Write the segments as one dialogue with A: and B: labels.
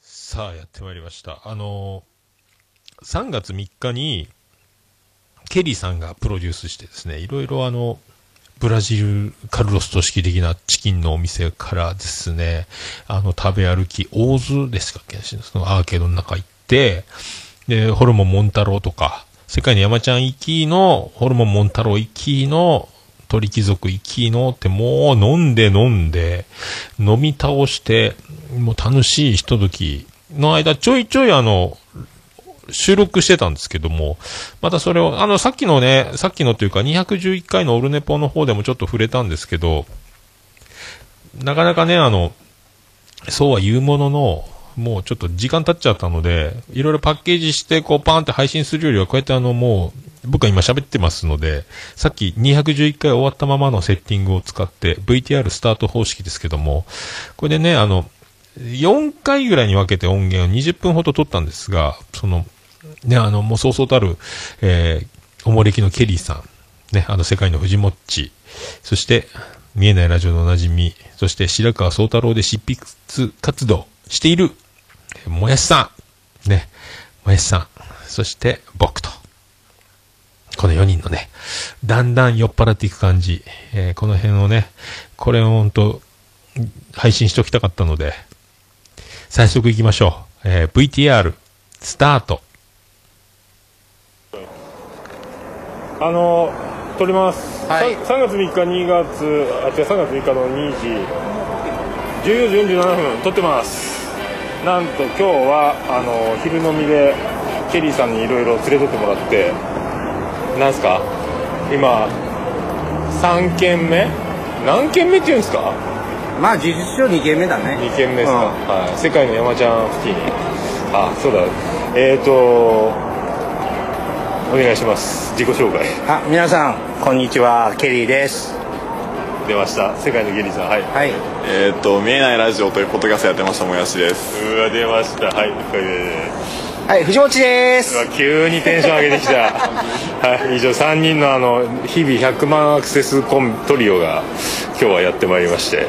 A: さあ、やってまいりました。あのー、3月3日に、ケリーさんがプロデュースしてですね、いろいろあの、ブラジルカルロス都市的なチキンのお店からですね、あの、食べ歩き、大津ですか、検診そのアーケードの中行って、で、ホルモンモンタロウとか、世界の山ちゃん行きの、ホルモンモンタロウ行きの、鳥貴族行きのってもう飲んで飲んで、飲み倒して、もう楽しいひとときの間、ちょいちょいあの、収録してたんですけども、またそれを、あの、さっきのね、さっきのというか、211回のオルネポの方でもちょっと触れたんですけど、なかなかね、あの、そうは言うものの、もうちょっと時間経っちゃったので、いろいろパッケージして、こう、パーンって配信するよりは、こうやってあの、もう、僕は今喋ってますので、さっき211回終わったままのセッティングを使って、VTR スタート方式ですけども、これでね、あの、4回ぐらいに分けて音源を20分ほど撮ったんですが、その、ね、あの、もうそうそうたる、えー、おもれきのケリーさん、ね、あの、世界の藤もっち、そして、見えないラジオのおなじみ、そして白川宗太郎で執筆活動している、えーもやしさん、ね、もやしさん、そして僕と、この4人のね、だんだん酔っ払っていく感じ、えーこの辺をね、これを本当配信しておきたかったので、早速行きましょう。えー VTR、スタート。
B: あの撮ります、
C: はい
B: さ3月3日2月あ違う3月3日の2時14時47分撮ってますなんと今日はあの昼飲みでケリーさんにいろいろ連れてってもらってなんすか今3軒目何軒目っていうんですか
C: まあ事実上2軒目だね
B: 2軒目ですか、
C: うん
B: はい、世界の山ちゃん付近あそうだえーとお願いします自己紹介
C: あ皆さんこんにちはケリーです
B: 出ました世界のゲリーさんはい
C: はい
D: えーっと見えないラジオというポッドキャストやってましたもやしです
B: うわ出ましたはいこれで
C: はい藤本で
B: う
C: す
B: わ急にテンション上げてき たはい以上3人のあの日々100万アクセスコントリオが今日はやってまいりまして、はい、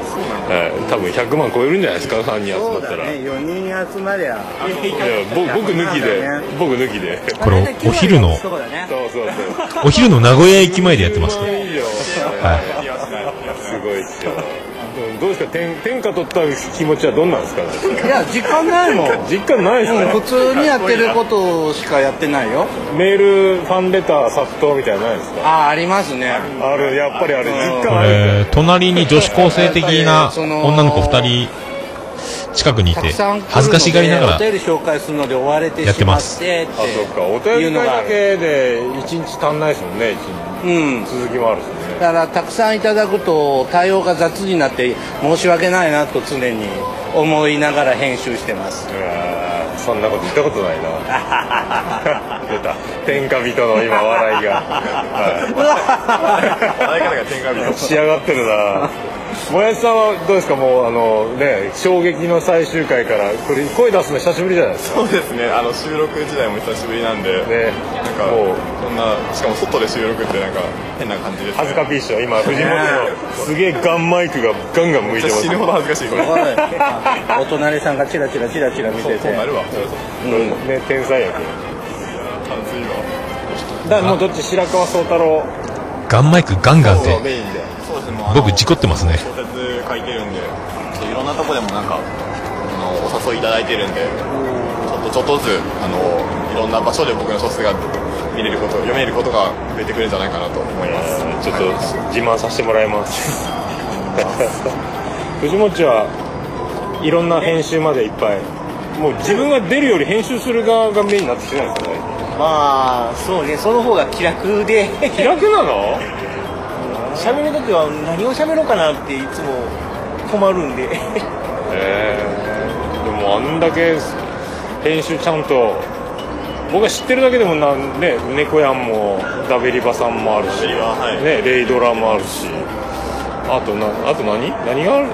B: 多分100万超えるんじゃないですか3人集
C: そ
B: ま
C: う
B: っ
C: だ
B: たら、
C: ね4人集まりゃ
B: いやぼ僕抜きで
C: 100万だね
B: 僕抜きで
A: これお昼の
C: そうだね
B: そうそうそう
A: お昼の名古屋駅前でやってますね。
B: はいすごいっすようんどうですか天天下取った気持ちはどんなんですか
C: いや実感ないもん
B: 実感ないです
C: うん普
B: ね
C: 通にやってることしかやってないよ
B: メールファンレター殺到みたいなのないですか
C: ああありますね
B: あるやっぱりあれ実
A: こ
B: 感あるんだ
A: れ、隣に女子高生的な女の子2人近くにい
C: たく
A: て、
C: さん来るので
A: 恥ずかしがりなが
C: お
A: ら、
C: 便り紹介するので追われて
A: やって
C: しま
A: ま
C: っ
A: す
C: てって
B: あそっかお便り会だけで一日足んないですもんね一日
C: うん
B: 続きもあるしね
C: だからたくさんいただくと対応が雑になって申し訳ないなと常に思いながら編集してます
B: うわーそんなこと言ったこと ないな出た天下人の今笑いがはい
D: 相方が天下人
B: 仕上がってるなもやしさんはどうですかもうあのね衝撃の最終回からこれ声出すの久しぶりじゃないですか
D: そうですねあの収録時代も久しぶりなんで、
B: ね
D: なんか
B: もう
D: そんなしかも外で収録ってなんか変な感じです、ね、
B: 恥ずかしいっしょ今藤本のすげえガンマイクがガンガン向いてます
D: 死ぬほど恥ずかしいこれこ
C: お隣さんがチラチラチラチラ見て
D: う
C: て
D: なるわそうそう
B: ね天才役
D: 恥ずいわ
B: だからもうどっち白川宗太郎
A: ガンマイクガンガン
D: そう
A: で、
D: メインでそうですねもうあの
A: 僕事故ってますね。
D: 小説書いてるんでちょっといろんなとこでもなんかあのお誘いいただいてるんでちょっとちょっとずつあのいろんな場所で僕の小説が見れること読めることが増えてくるんじゃないかなと思います
B: ちょっと自慢させてもらいます 藤本はいろんな編集までいっぱいもう自分が出るより編集する側がメインになってきてないですよね
C: まあそうねその方が気楽で
B: 気楽なの
C: 喋る時は何を喋ろうかなっていつも困るんで
B: でもあんだけ編集ちゃんと僕が知ってるだけでもなんね猫やんもダベリバさんもあるし、
D: ダベリバはい
B: ね、レイドラもあるしあとなあと何何がある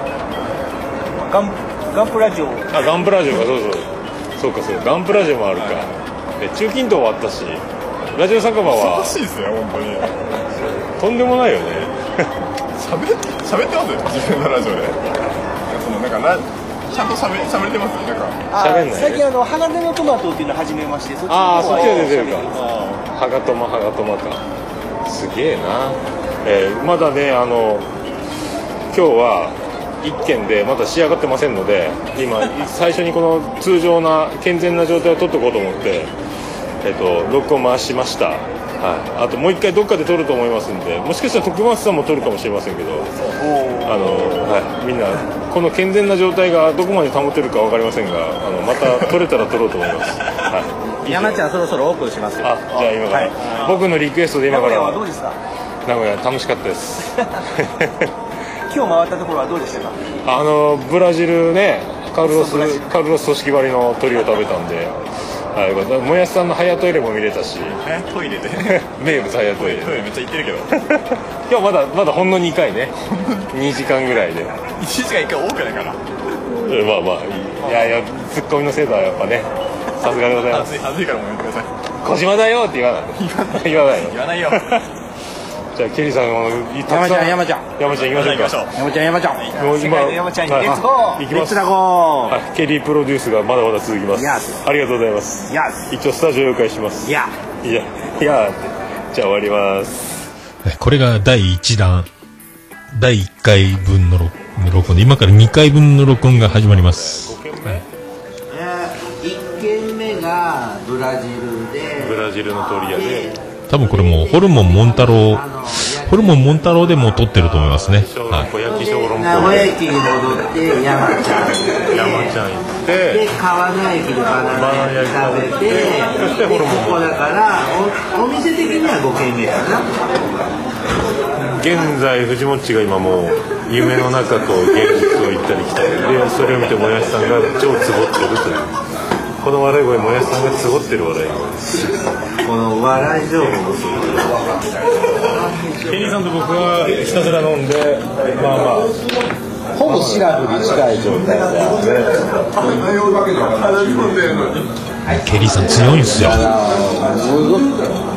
C: ガンガンプラジオ
B: あガンプラジオかそうそうそうかそうガンプラジオもあるか、で中近東はあったしラジオ酒場
D: 楽
B: は
D: しいですね
B: と
D: 本当に
B: んでもないよね
D: 喋って喋ってます自分のラジオでそのなんかなちゃんとしゃべしゃべれてますなんか
E: あ
B: 喋んない
E: 最近あの鋼のトマトっていうのを始めましてそっちの
B: ああそっちが出てる
E: 喋
B: か
E: ります
B: ハガトマハガトマかすげえな、えーまだねあの今日は1軒でまだ仕上がってませんので今最初にこの通常な健全な状態を取っとこうと思ってえっ、と録音回しましたはい、あともう一回どっかで撮ると思いますんでもしかしたら徳松さんも撮るかもしれませんけどあの、はい、みんなこの健全な状態がどこまで保てるか分かりませんがあのまた撮れたら撮ろうと思います、はい、
E: 山ちゃんそろそろオープンしますよ
B: あじゃあ今から、
E: はい
B: 僕のリクエストで
E: 名
B: 今か
E: 古
B: ら
E: 屋はどうですか
B: 名古屋楽しかったです
E: 今日回ったところはどうでしたか
B: あのブラジルねカルロス
E: そうブラジル
B: カルロス組織割りの鳥を食べたんで、はいよかった、もやしさんの早トイレも見れたし
D: えトイレで
B: 名物早トイレ
D: トイレめっちゃ行ってるけど
B: 今日まだまだほんの2回ね2時間ぐらいで
D: 1時間1回多くないかな
B: えまあまあいやいやツッコミのせいだやっぱねさすがでございます
D: 暑い暑いからもうやめてくださ
B: 小島だよって言わない言わない
D: い
B: の
D: 言わないよ
B: じゃあケリーさんも
C: 山ちゃん山ちゃん
B: 山ちゃん行きましょう
D: 行
B: か
D: きましょう
C: 山ちゃん山ちゃん
B: もう
E: 世
B: 今
E: 界の山ちゃんに
B: はい
E: レッツゴー
B: 行きます
C: レッツラゴ
B: はい、ケリープロデュースがまだまだ続きます
C: いやー
B: ありがとうございます
C: ーいやー
B: 一応スタジオを介します
C: いや
B: いやいやーってじゃあ終わります
A: はいこれが第1弾、第1回分の録録音で、今から2回分の録音が始まります。
F: 1軒目がブラジルで
B: ブラジルの鳥屋で
A: 多分これもうホルモンモンタロウ、ホルモンモンタロウでもう撮ってると思いますね。
B: 小
A: は
B: 籠
A: い。
B: 包焼き小籠
F: 名古
B: 包
F: 屋駅に戻って山ちゃんで
B: 山ちゃん行っ
F: で
B: て
F: 川の駅でバナ
B: バナナ
F: ナ
B: 焼き食べ
F: 焼き食べて
B: てそしてホルモ
F: ここ
B: ン
F: だからおお店的には5軒目かな
B: 現在藤本が今もう夢の中と現実を行ったり来たりでそれを見てもやしさんが超つぼってるというこの笑い声もやしさんがつぼってる笑い声
F: この笑い情報もすごい
B: ケリーさんと僕はひたすら飲んでまあまあ
C: ほぼシラフに近い状態だ
A: ケリーさん強いんすよ。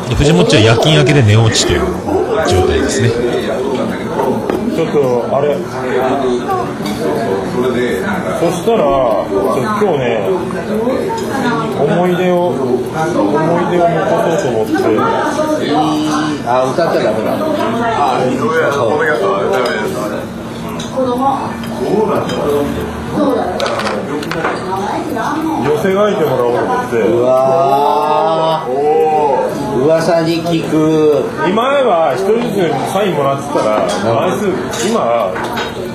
A: で藤本ちゃん夜勤明けで寝落ちという状態ですね。
B: ちょっとあれそしたらちょ今日ね思い出を思い出を残そうと思って
C: あ歌っちゃダメだ
B: 寄せ書いてもらおうと思って
C: うわー噂に聞く
B: 今は一人ずつサインもらってたら枚数今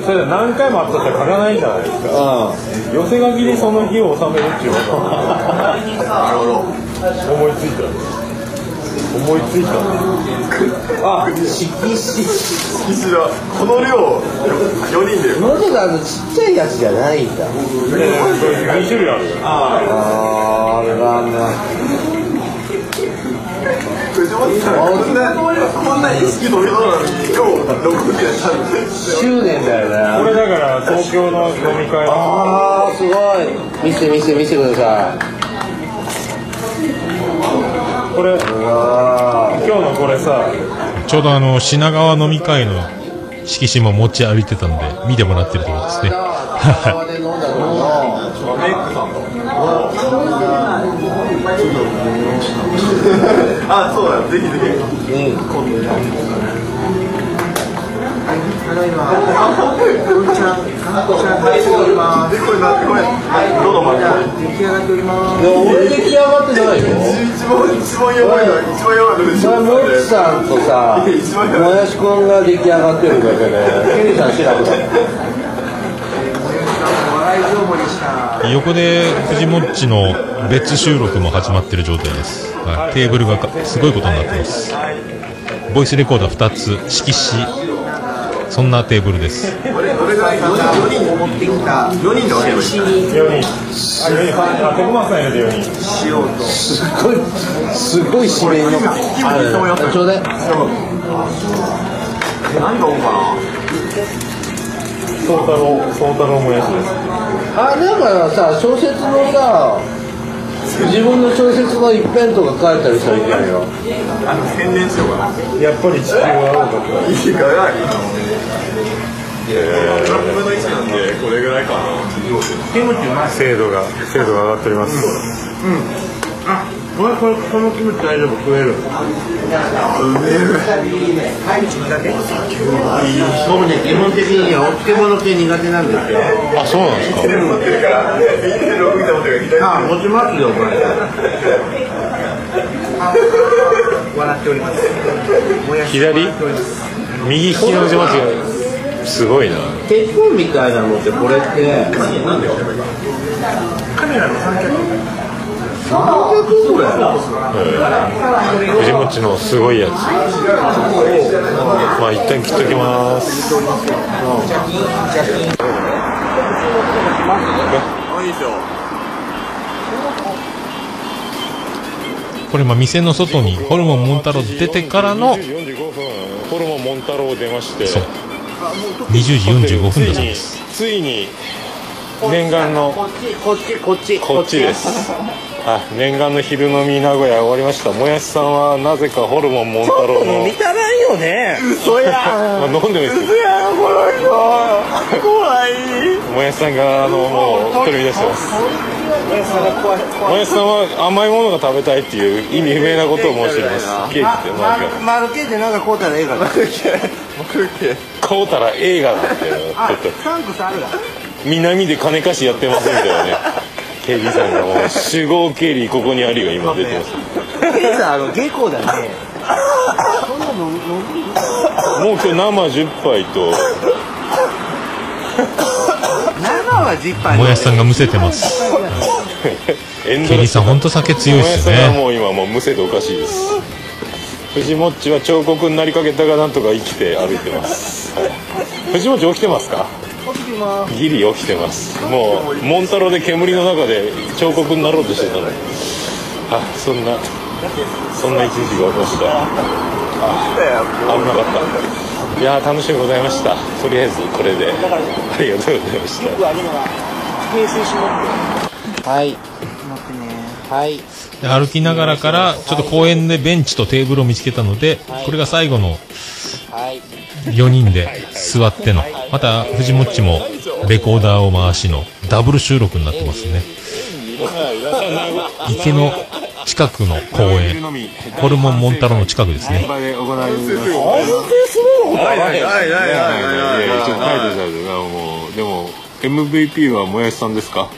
B: それ何回もあったって書かないじゃないですか
C: う
B: 寄せ書きでその日を収めるっていうことは 思いついた思いついた
C: あ色紙
D: 一度この量4人で
C: ノテがあのちっちゃいやつじゃないんだ
B: 2種類ある
C: あーあれだな
D: こんなこんな意識の量なのに今日6人やったんで
C: 執念だよ
B: こ
C: な
B: れだから東京の飲み会の
C: ああすごい見せて見せて見せてください
B: これ今日のこれさ
A: ちょうどあの、品川飲み会の色紙も持ち歩いてたんで、見てもらってるところですね。は
C: 川で飲んだ時の
D: あそうだぜひぜひでこれなこれはいどうぞま
C: 俺出来上がってないよ
D: 一番一番やばいのは一番やばいのは
C: それはモッチさんとさもやし君が出来上がってるだけでケリーさん調べた
A: い。横で藤本っちの別収録も始まってる状態です。はい。テーブルがかすごいことになってます。ボイスレコーダー2つ、色紙、そんなテーブルです。
B: 4人あ4人あ徳松さん入れて4人
C: すごいすごい指名のあれだちょうだい
B: 宗太郎宗太郎もやしです
C: あだからさ小説のさ自分の小説の一編とか書いたりしたらいいんじゃないの
D: 宣伝しようかな
B: やっぱり地球は青かっ
D: いいかなラップの位置なんでこれぐらいかな
B: 精度が精度が上がっております
F: これこれこのキムチ大丈夫食える僕ね基本的にはお漬物系苦手なんですよ
B: あそうなんですか
F: あ持ちますよこれ笑っておりますもやし
B: 左
F: 笑っております
B: 右利きの字幕すごいな
F: 鉄砲みたいなのってこれってカメラの三脚三脚これ
B: 藤持ちのすごいやつまあ一旦切っときます
D: あいいですよ
A: これまあ店の外にホルモンモンタロウ出てからの
B: 10時45分ホルモンモンタロウ出まして
A: そう20時45分だそうです
B: ついについに念願の
F: こっちこっちこっち
B: こっちですあ念願の昼飲み名古屋終わりましたもやしさんはなぜかホルモンモンタロウの
C: 見たらんよね
E: 嘘やん
B: まあ、飲んでもいいですけ
E: 嘘やんこの人怖い
B: どもやしさんがあのもう取り出してます
E: 怖い
B: もやしさんは甘いものが食べたいっていう意味不明なことを申していますケーキってなんか
C: 丸系でなんかこうたらええから
B: 買うたら映画だってちょっと
C: サンクスあるが
B: 南で金貸しやってますみたいなねケリーさんがもう「集合ケリーここにあるよ」今出てます
E: ケイさんあの下校だねそんなのの
B: もう今日生10杯と
C: 長はジッパーに
A: もやしさんがむせてます
B: エンド
A: ケリーさん
B: も
A: 本当酒強い
B: や
A: っす
B: さん
A: よ
B: が
A: ね
B: もう今もうむせておかしいです藤もっちは彫刻になりかけたがなんとか生きて歩いてます、はい、藤もっち起きてますかギリ起きてますもうモンタロで煙の中で彫刻になろうとしてたのにあそんなそんな一日がありました危なかったいやー楽しみございましたとりあえずこれでありがとうございました
E: あるのが平成しも
C: はい
E: 待ってね
C: はい
A: で歩きながらからちょっと公園でベンチとテーブルを見つけたのでこれが最後の
C: はい
A: 4人で座ってのまた藤もっちもレコーダーを回しのダブル収録になってますね池の近くの公園ホルモンモンタロウの近くですね
B: 場で行われる
D: ないないないないないない
B: ちょっと書いてたけどもうでも MVP はもやしさんですか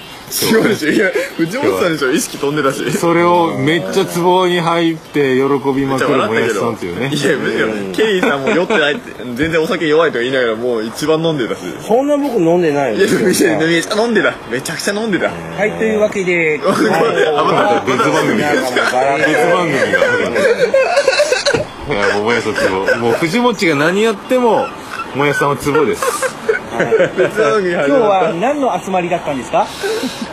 D: 違うでしょいや藤本さんでしょ意識飛んでたしめっ
B: それをめっちゃ壺に入って喜びま
D: ち
B: く
D: ゃ
B: るも
D: 笑
B: や
D: った
B: し
D: け
B: さ
D: ど
B: んっていうね
D: いやむしろケリーさんも酔ってないって全然お酒弱いとか言いながらもう一番飲んでたしい
C: そんな僕飲んでないよ
D: やめちゃめち ゃ飲んでためちゃくちゃ飲んでた
C: はいというわけで
D: 危ない
B: 別番組
C: なんかもうガラ
B: 別番組がいやもうもやしさん壺もう藤持ちが何やってももやしさんは壺です
D: 別番組
E: 今
D: 始まった
E: 日は何の集まりだったんですか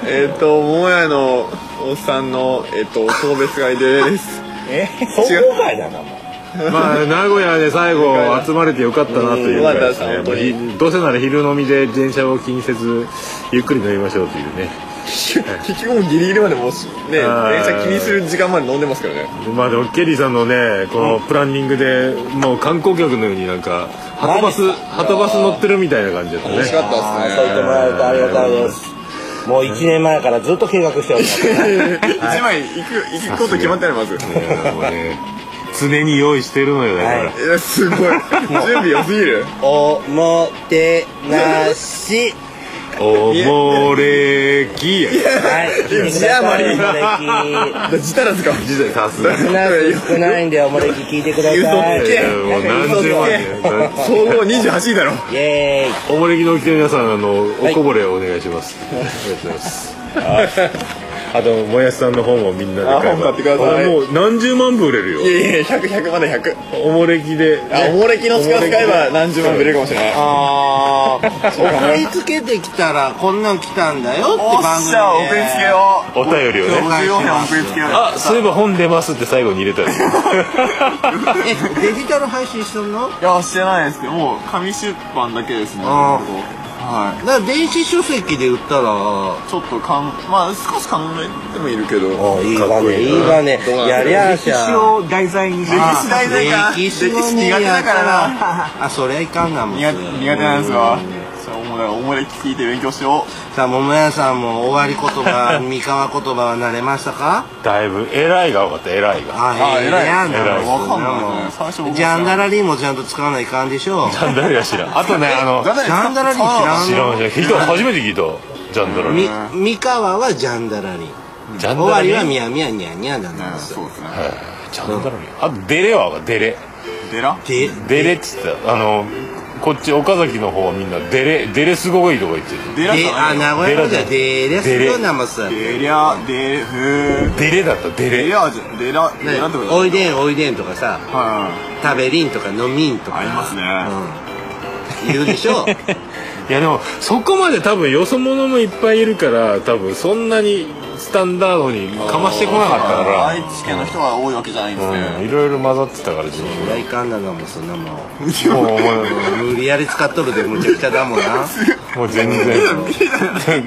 D: えっと桃屋のおっさんのえっと送別 会です
E: え
D: 違う
B: まあ名古屋で最後集まれてよかったなというぐらいですね
D: うんよかったです
B: もうひどうせなら昼飲みで電車を気にせずゆっくり飲みましょうというね
D: 結局もうギリギリまでもうしね電
B: あー
D: 車気にする時間まで飲んでますからね
B: まあでもケリーさんのねこのプランニングでもう観光客のようになんかはとバスはとバス乗ってるみたいな感じだったね
D: 楽しかったですね
C: てもらえてありがたいですもう1年前からずっと計画しております
D: 一枚行く行くこと決まってないまず
B: いやもうね常に用意してるのよだから、
C: はい
D: いやすごい準備良すぎる
C: おもてなし
B: おもれきや
C: はい
D: 字余り
C: おもれ
D: 字足らずか
B: 時代さすが
C: き少なく少ないんでおもれき聞いてください
D: 嘘つ
B: い
D: け
B: やもう何十万ね
D: 総合28位だろ
C: イエーイ
B: おもれきの起きてる皆さんあのおこぼれをお願いします、ありがとうございますあともやしさんの本をみんなで買えば
D: あ本買ってください
B: あもう何十万部売れるよ
D: いやいや100100まで100
B: おもれきで
D: あおもれきの力使えば何十万売れるかもしれない
C: あー送りつけてきたらこんなん来たんだよって番組で
D: よ
B: お便りをね
C: お願いしま
B: あ
C: す
B: そういえば本出ますって最後に入れたよ
C: えデジタル配信するの
D: いやしてないですけどもう紙出版だけですね
C: あ
D: は
E: だから電子書籍で売ったらあ
D: いちょっとかんまあ少し考えてもいるけど
E: あいい
D: か
E: わ
D: っこ
E: ね
D: いい
E: いいわね
D: どうなんだろう
E: やりゃあし
F: 歴史
E: ゃ
F: を題材にして
D: 歴史大事か
E: 歴
D: 歴
E: 史を
D: 史苦手
E: ね
D: だからな
E: なあそりゃいかんなもん
D: 苦手苦手なんですわそう思うだから思い出聞いて勉強しよ
E: さあ桃屋さんも終わり言葉三河言葉は慣れましたか
B: だいぶ偉いが多かった偉いが
E: あ
D: あ
E: ええ
D: 偉い
E: やんな
B: 偉い
E: そん
D: わかんない
E: もん
D: 最初僕も
E: ジャンダラリーもちゃんと使わないかんでしょう
B: ジャンダルや知らんあとねあ
D: う
B: の
D: ジ
E: ャンダラリー知らん
B: 知らん知らん聞いた初めて聞いたジャンダル
E: み三河はジャンダラリー
B: ジャン
E: 終わりは
B: リ
E: ミヤミヤニャニャなんです
D: そうですね
B: ジャンダルにあとデレはデレ
D: デラ
E: で
B: デレっつってたあのこっち岡崎の方はみんなデレデレすごいとか言ってる
D: デラじ
E: であ
D: ゃない
E: 名古屋のじゃでレストナマス
D: デリャデフー
B: デレだったデ
D: デ
B: レ
D: ラじゃデラデラってこと
E: おいでんおいでんとかさ
D: はい
E: 食べりんとか飲みんとか
D: ありますね
E: うん言うでしょ
B: いやでもそこまで多分よそ者もいっぱいいるから多分そんなにスタンダードにかましてこなかったから
D: 愛知県の人が多いわけじゃないんです
B: うん
D: ね
B: いろいろ混ざってたから自分
E: 大観覧だもんそんなもん
B: もうお前
E: 無理やり使っとるでむちゃくちゃだもんな
B: もう全然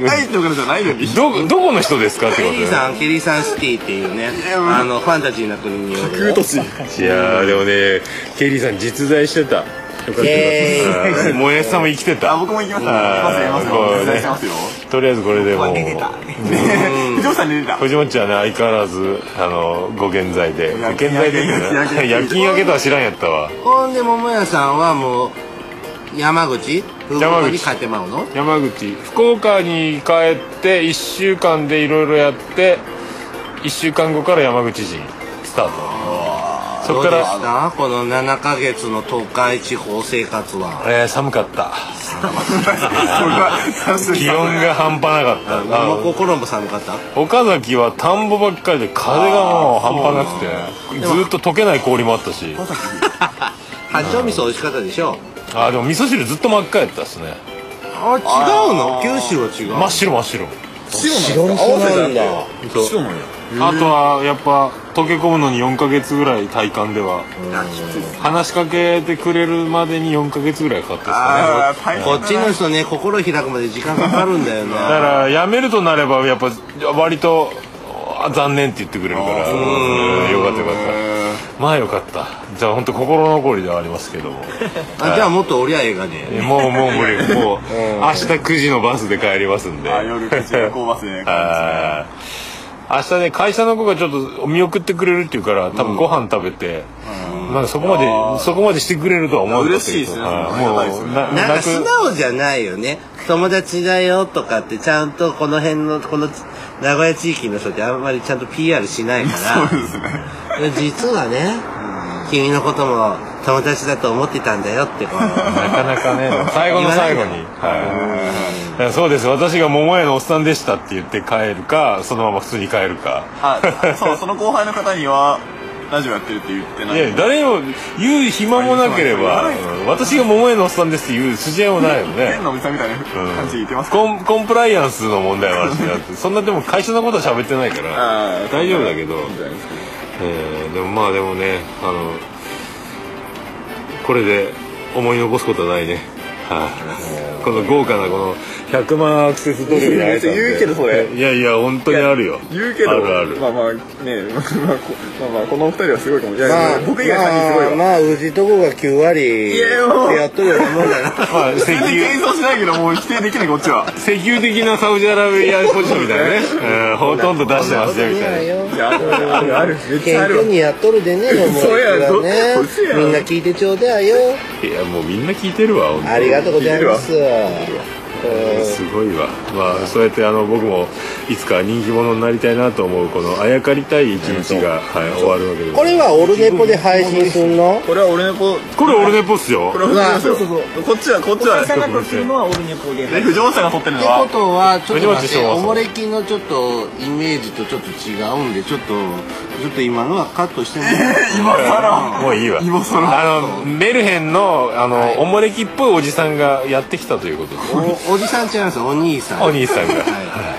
D: 愛知とかじゃないのに
B: どこどこの人ですかって
E: ケ
B: こと
E: リー
B: よ
E: さんケリーさんシティっていうね
D: やもう
E: あのファンタジーな国による
B: いやーでもねケリーさん実在してたよかったよかっ
E: イ
B: たうんもやしさんも生きて
D: あ
B: た
D: 僕も行きました行きますよ行きますよ実在してますよ
B: とりあえずこれでもう
F: 出てた
D: 藤本さん出てた
B: 藤本ちゃんはね相変わらずあのご健在で
D: 夜
B: 健
D: 勤
B: 在
D: 明け
B: でいいよ
D: 夜勤
B: な
D: 明け
B: 夜勤明けとは知らんやったわ
E: ほんで桃屋さんはもう山口福
B: 山
E: 岡
B: 口
E: に帰ってまうの
B: 山口福岡に帰って1週間でいろいろやって1週間後から山口人スタートそ
E: ど
B: っ
E: う
B: か
E: で
B: ら
E: したこの7ヶ月の東海地方生活は
B: えー寒かった
D: それ
B: 気温が半端なかったあ
E: もう
B: の
E: 心も寒かった
B: 岡崎は田んぼばっかりで風がもう半端なくてずっと溶けない氷もあったし
E: 八丁味噌美味しかったでしょ
B: あーでも味噌汁ずっと真っ赤やったっすね
E: あ違うの九州は違う
B: 真っ白真っ白
D: 白なんですか合わせなんだ
E: そう
D: 白なんや
B: あとはやっぱ溶け込むのに4ヶ月ぐらい体感では話しかけてくれるまでに4ヶ月ぐらいかかったですかね
D: あー大変だ
E: こっちの人ね心開くまで時間かかるんだよね
B: だからやめるとなればやっぱ割とあ残念って言ってくれるからうんよかったよかったまあよかったじゃあ本当心残りではありますけども
E: あじゃあもっとおりゃええがね
B: え もうもう無理もう明日9時のバスで帰りますんで
D: あ夜9時夜行バス で帰りま
B: あー明日ね会社の子がちょっと見送ってくれるっていうから多分ご飯食べて、なんかそこまでそこまでしてくれるとは思うんですけど
D: 嬉しいですね
B: あー
D: ありが
B: も
D: たいです
B: う
D: ね
B: な
E: なんか
B: 泣
E: 素
B: く
E: 直じゃないよね友達だよとかってちゃんとこの辺のこの名古屋地域の人ってあんまりちゃんと PR しないから
D: そうですね
E: 実はね君のことも友達だと思ってたんだよって こう
B: なかなかね最後の最後に、
E: 言
B: はい、だからそうです私が桃屋のおっさんでしたって言って帰るかそのまま普通に帰るか
D: あ そうその後輩の方にはラジオやってるって言ってないい
B: や誰にも言う暇もなければ
D: 言って
B: うん私が桃屋のおっさんですっていう筋合いもないよね
D: 変なおじさんみたいな感じで言ってますか
B: コンコンプライアンスの問題もあるしだってそんなでも会社のことは喋ってないから
D: あー
B: 大丈夫だけど、
D: みたいな
B: えーでもまあでもねあのこれで思い残すことはないねはい、この豪華なこの100万アクセスドルに会えたんで
D: 言うけどそれ
B: いやいや本当にあるよ
D: 言うけど
B: あるある、
D: まあまあね まあこまあまあこのお二人はすごいかもいやいや僕以外3人すごい
E: まあまあ
D: わ、
E: うちとこが9割
D: いやもう
E: やっとるようなもんだな
B: まあ、石
D: 全然
B: 油
D: 謙遜しないけどもう否定できないこっちは
B: 石油的なサウジアラビアポジションみたい なね、うん、ほとんど出してますよみたいな
D: あるあるあるめっちゃあ
E: 謙
D: る
E: 虚にやっとるでねお前
D: 嘘やろ
E: ね
D: 嘘やろ
E: みんな聞いてちょうだいよ
B: いやもうみんな聞いてるわ本当に
E: ありがとうございます
B: すごいわまあそうやってあの僕もいつか人気者になりたいなと思うこのあやかりたい一日が、はい、終わるわけです
E: これはオルネポで配信すんの
D: これは俺のこ
B: これ俺のポっすよ
D: これは俺のやつよこっちはこっちは
F: さんが撮ってるのはオルネポで
D: で不条さんが撮ってる
E: っ
D: の
E: てこ
D: は
E: とはちょっと待って
B: 藤本昭和
E: お
B: さん
E: もれきのちょっとイメージとちょっと違うんでちょっとちょっと今のはカットしても らって
D: 今更
B: もういいわ
D: 今更
B: あのメルヘンのあの、おもれきっぽいおじさんがやってきたということで
E: おおおじさん違いますお兄さん
B: お兄 さんが、は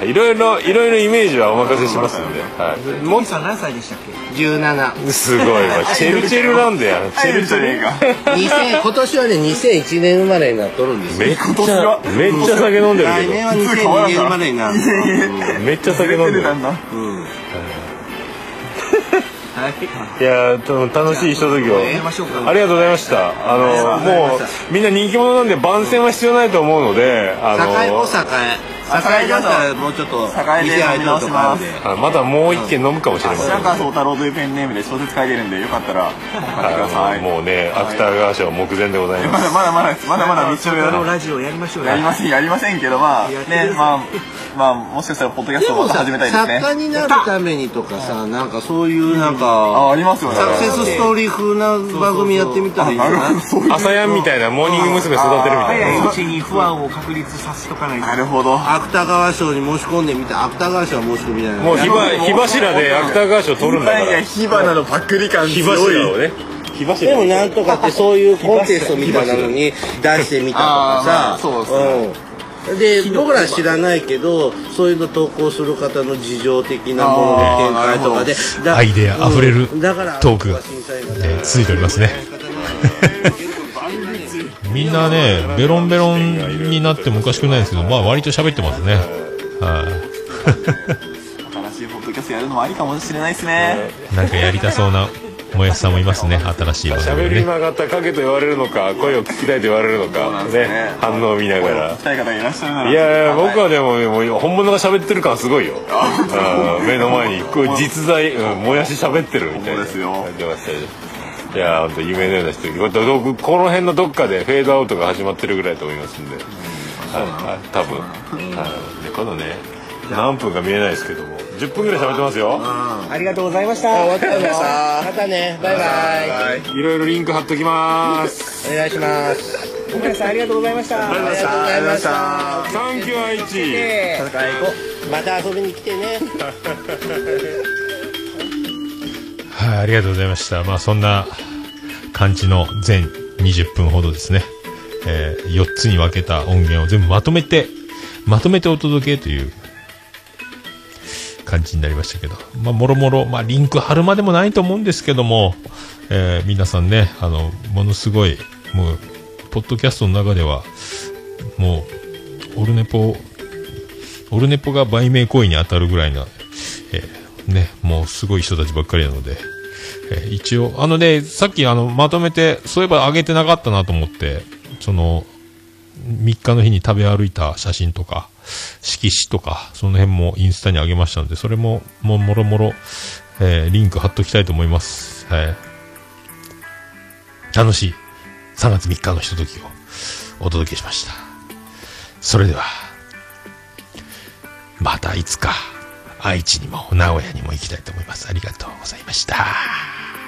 B: い、いろいろいろいろイメージはお任せしますんで、はい、も
F: お兄さん何歳でしたっけ
E: 17
B: すごいわチェルチェルなんだよチェルチェル
E: 2000今年はね2001年生まれになっとるんですよ
B: めっちゃめっちゃ酒飲んでる
E: 来年は2002年生まれに なる
B: けどめっちゃ酒飲んでる
F: はい
B: いやーと楽しいひととき
F: じ
B: を
F: ゃあやりましょうか
B: ありがとうございましたあのもうみんな人気者なんで番宣は必要ないと思うのであの
E: 栄も栄栄だったらもうちょっと店開いてるとかあるんで
B: あまだもう一軒飲むかもしれません
D: 白川宗太郎というペンネームで小説書いてるんでよかったら買ってくださ
B: あ
D: い
B: のもうね芥川賞目前でございま
D: まだ
B: す
D: まだまだまだまだ道をや
F: あ
D: ら
F: のラジオやりましょうよ
D: やりませんやりませんけどまあねまあまあもしかしたらポッドキャ
E: で
D: ストを
E: もさ
D: 始めたいですね
E: 作家になるためにとかさなんかそういうなん
D: ああ
E: か
D: りますよね
E: サクセスストーリー風な番組やってみたらいいか
D: なる
E: な
D: ほどそういう
B: 朝やんみたいなモーニング娘。育てるみたいな
F: 早いうちに不安を確立させとかないと
D: なるほど
E: 芥川賞に申し込んでみた芥川賞申し込みじゃない
B: もう火ば
D: もう
B: 火柱で芥川賞取るんだか
D: いや
B: ら
D: 火花のパックリ感
B: 火
D: 強い
B: 柱をね火
E: で
B: 柱
E: もなんとかってそういうコンテストみたいなのに出してみたとか
D: あーま
E: さ、
D: あそうです
E: うんで僕ら知らないけどそういうの投稿する方の事情的なものの展開とかでだ
A: アイデア溢れる
E: うんだから
A: トークが
E: 審査員が
A: えー続いており ますねみんなねベロンベロンになってもおかしくないんですけどまあ割と喋ってますねはい
D: 新しいポッドキャストやるのもありかもしれないですね
A: なんかやりたそうなもやしさんもいますね新しい番
B: 喋
A: 組
B: り
A: ね
B: 曲がった影と言われるのか声を聞きたいと言われるのか
D: んです
B: ね
D: ね
B: 反応を見なが
D: 聞
B: ら
D: きたい方がいらっしゃるなら
B: いやいや僕
D: は
B: はでももう本物が喋ってる感すごいようん目の前にこう実在うんもやし喋ってるみたい
D: そう
B: な
D: ですよ
B: 出ましたよいや本当夢のような人これどここの辺のどっかでフェードアウトが始まってるぐらいだと思いますんで、はいはい、多分、はい、でこのね何分か見えないですけども10分ぐらい喋ってますよ
F: ありがとうございました
E: 終わったよまたねバイバイ
B: いろいろリンク貼っときます
E: お願いします
F: 小倉さんありがとうございました
E: ありがとうございました
B: サンキュー愛知
E: また遊びに来てね
A: はい、ありがとうございました。まあ、そんな感じの全20分ほどですね、えー、4つに分けた音源を全部まとめて、まとめてお届けという感じになりましたけど、まあ、もろもろ、まあ、リンク貼るまでもないと思うんですけども、えー皆さんね、あの、ものすごい、もう、ポッドキャストの中では、もう、オルネポ、オルネポが売名行為に当たるぐらいな、えーね、もうすごい人たちばっかりなので、えー一応、あのね、さっきあの、まとめて、そういえば上げてなかったなと思って、その、3日の日に食べ歩いた写真とか、色紙とか、その辺もインスタに上げましたので、それも、もうもろもろ、えーリンク貼っときたいと思います。はい。楽しい3月3日のひとときをお届けしました。それでは、またいつか愛知にも名古屋にも行きたいと思います。ありがとうございました。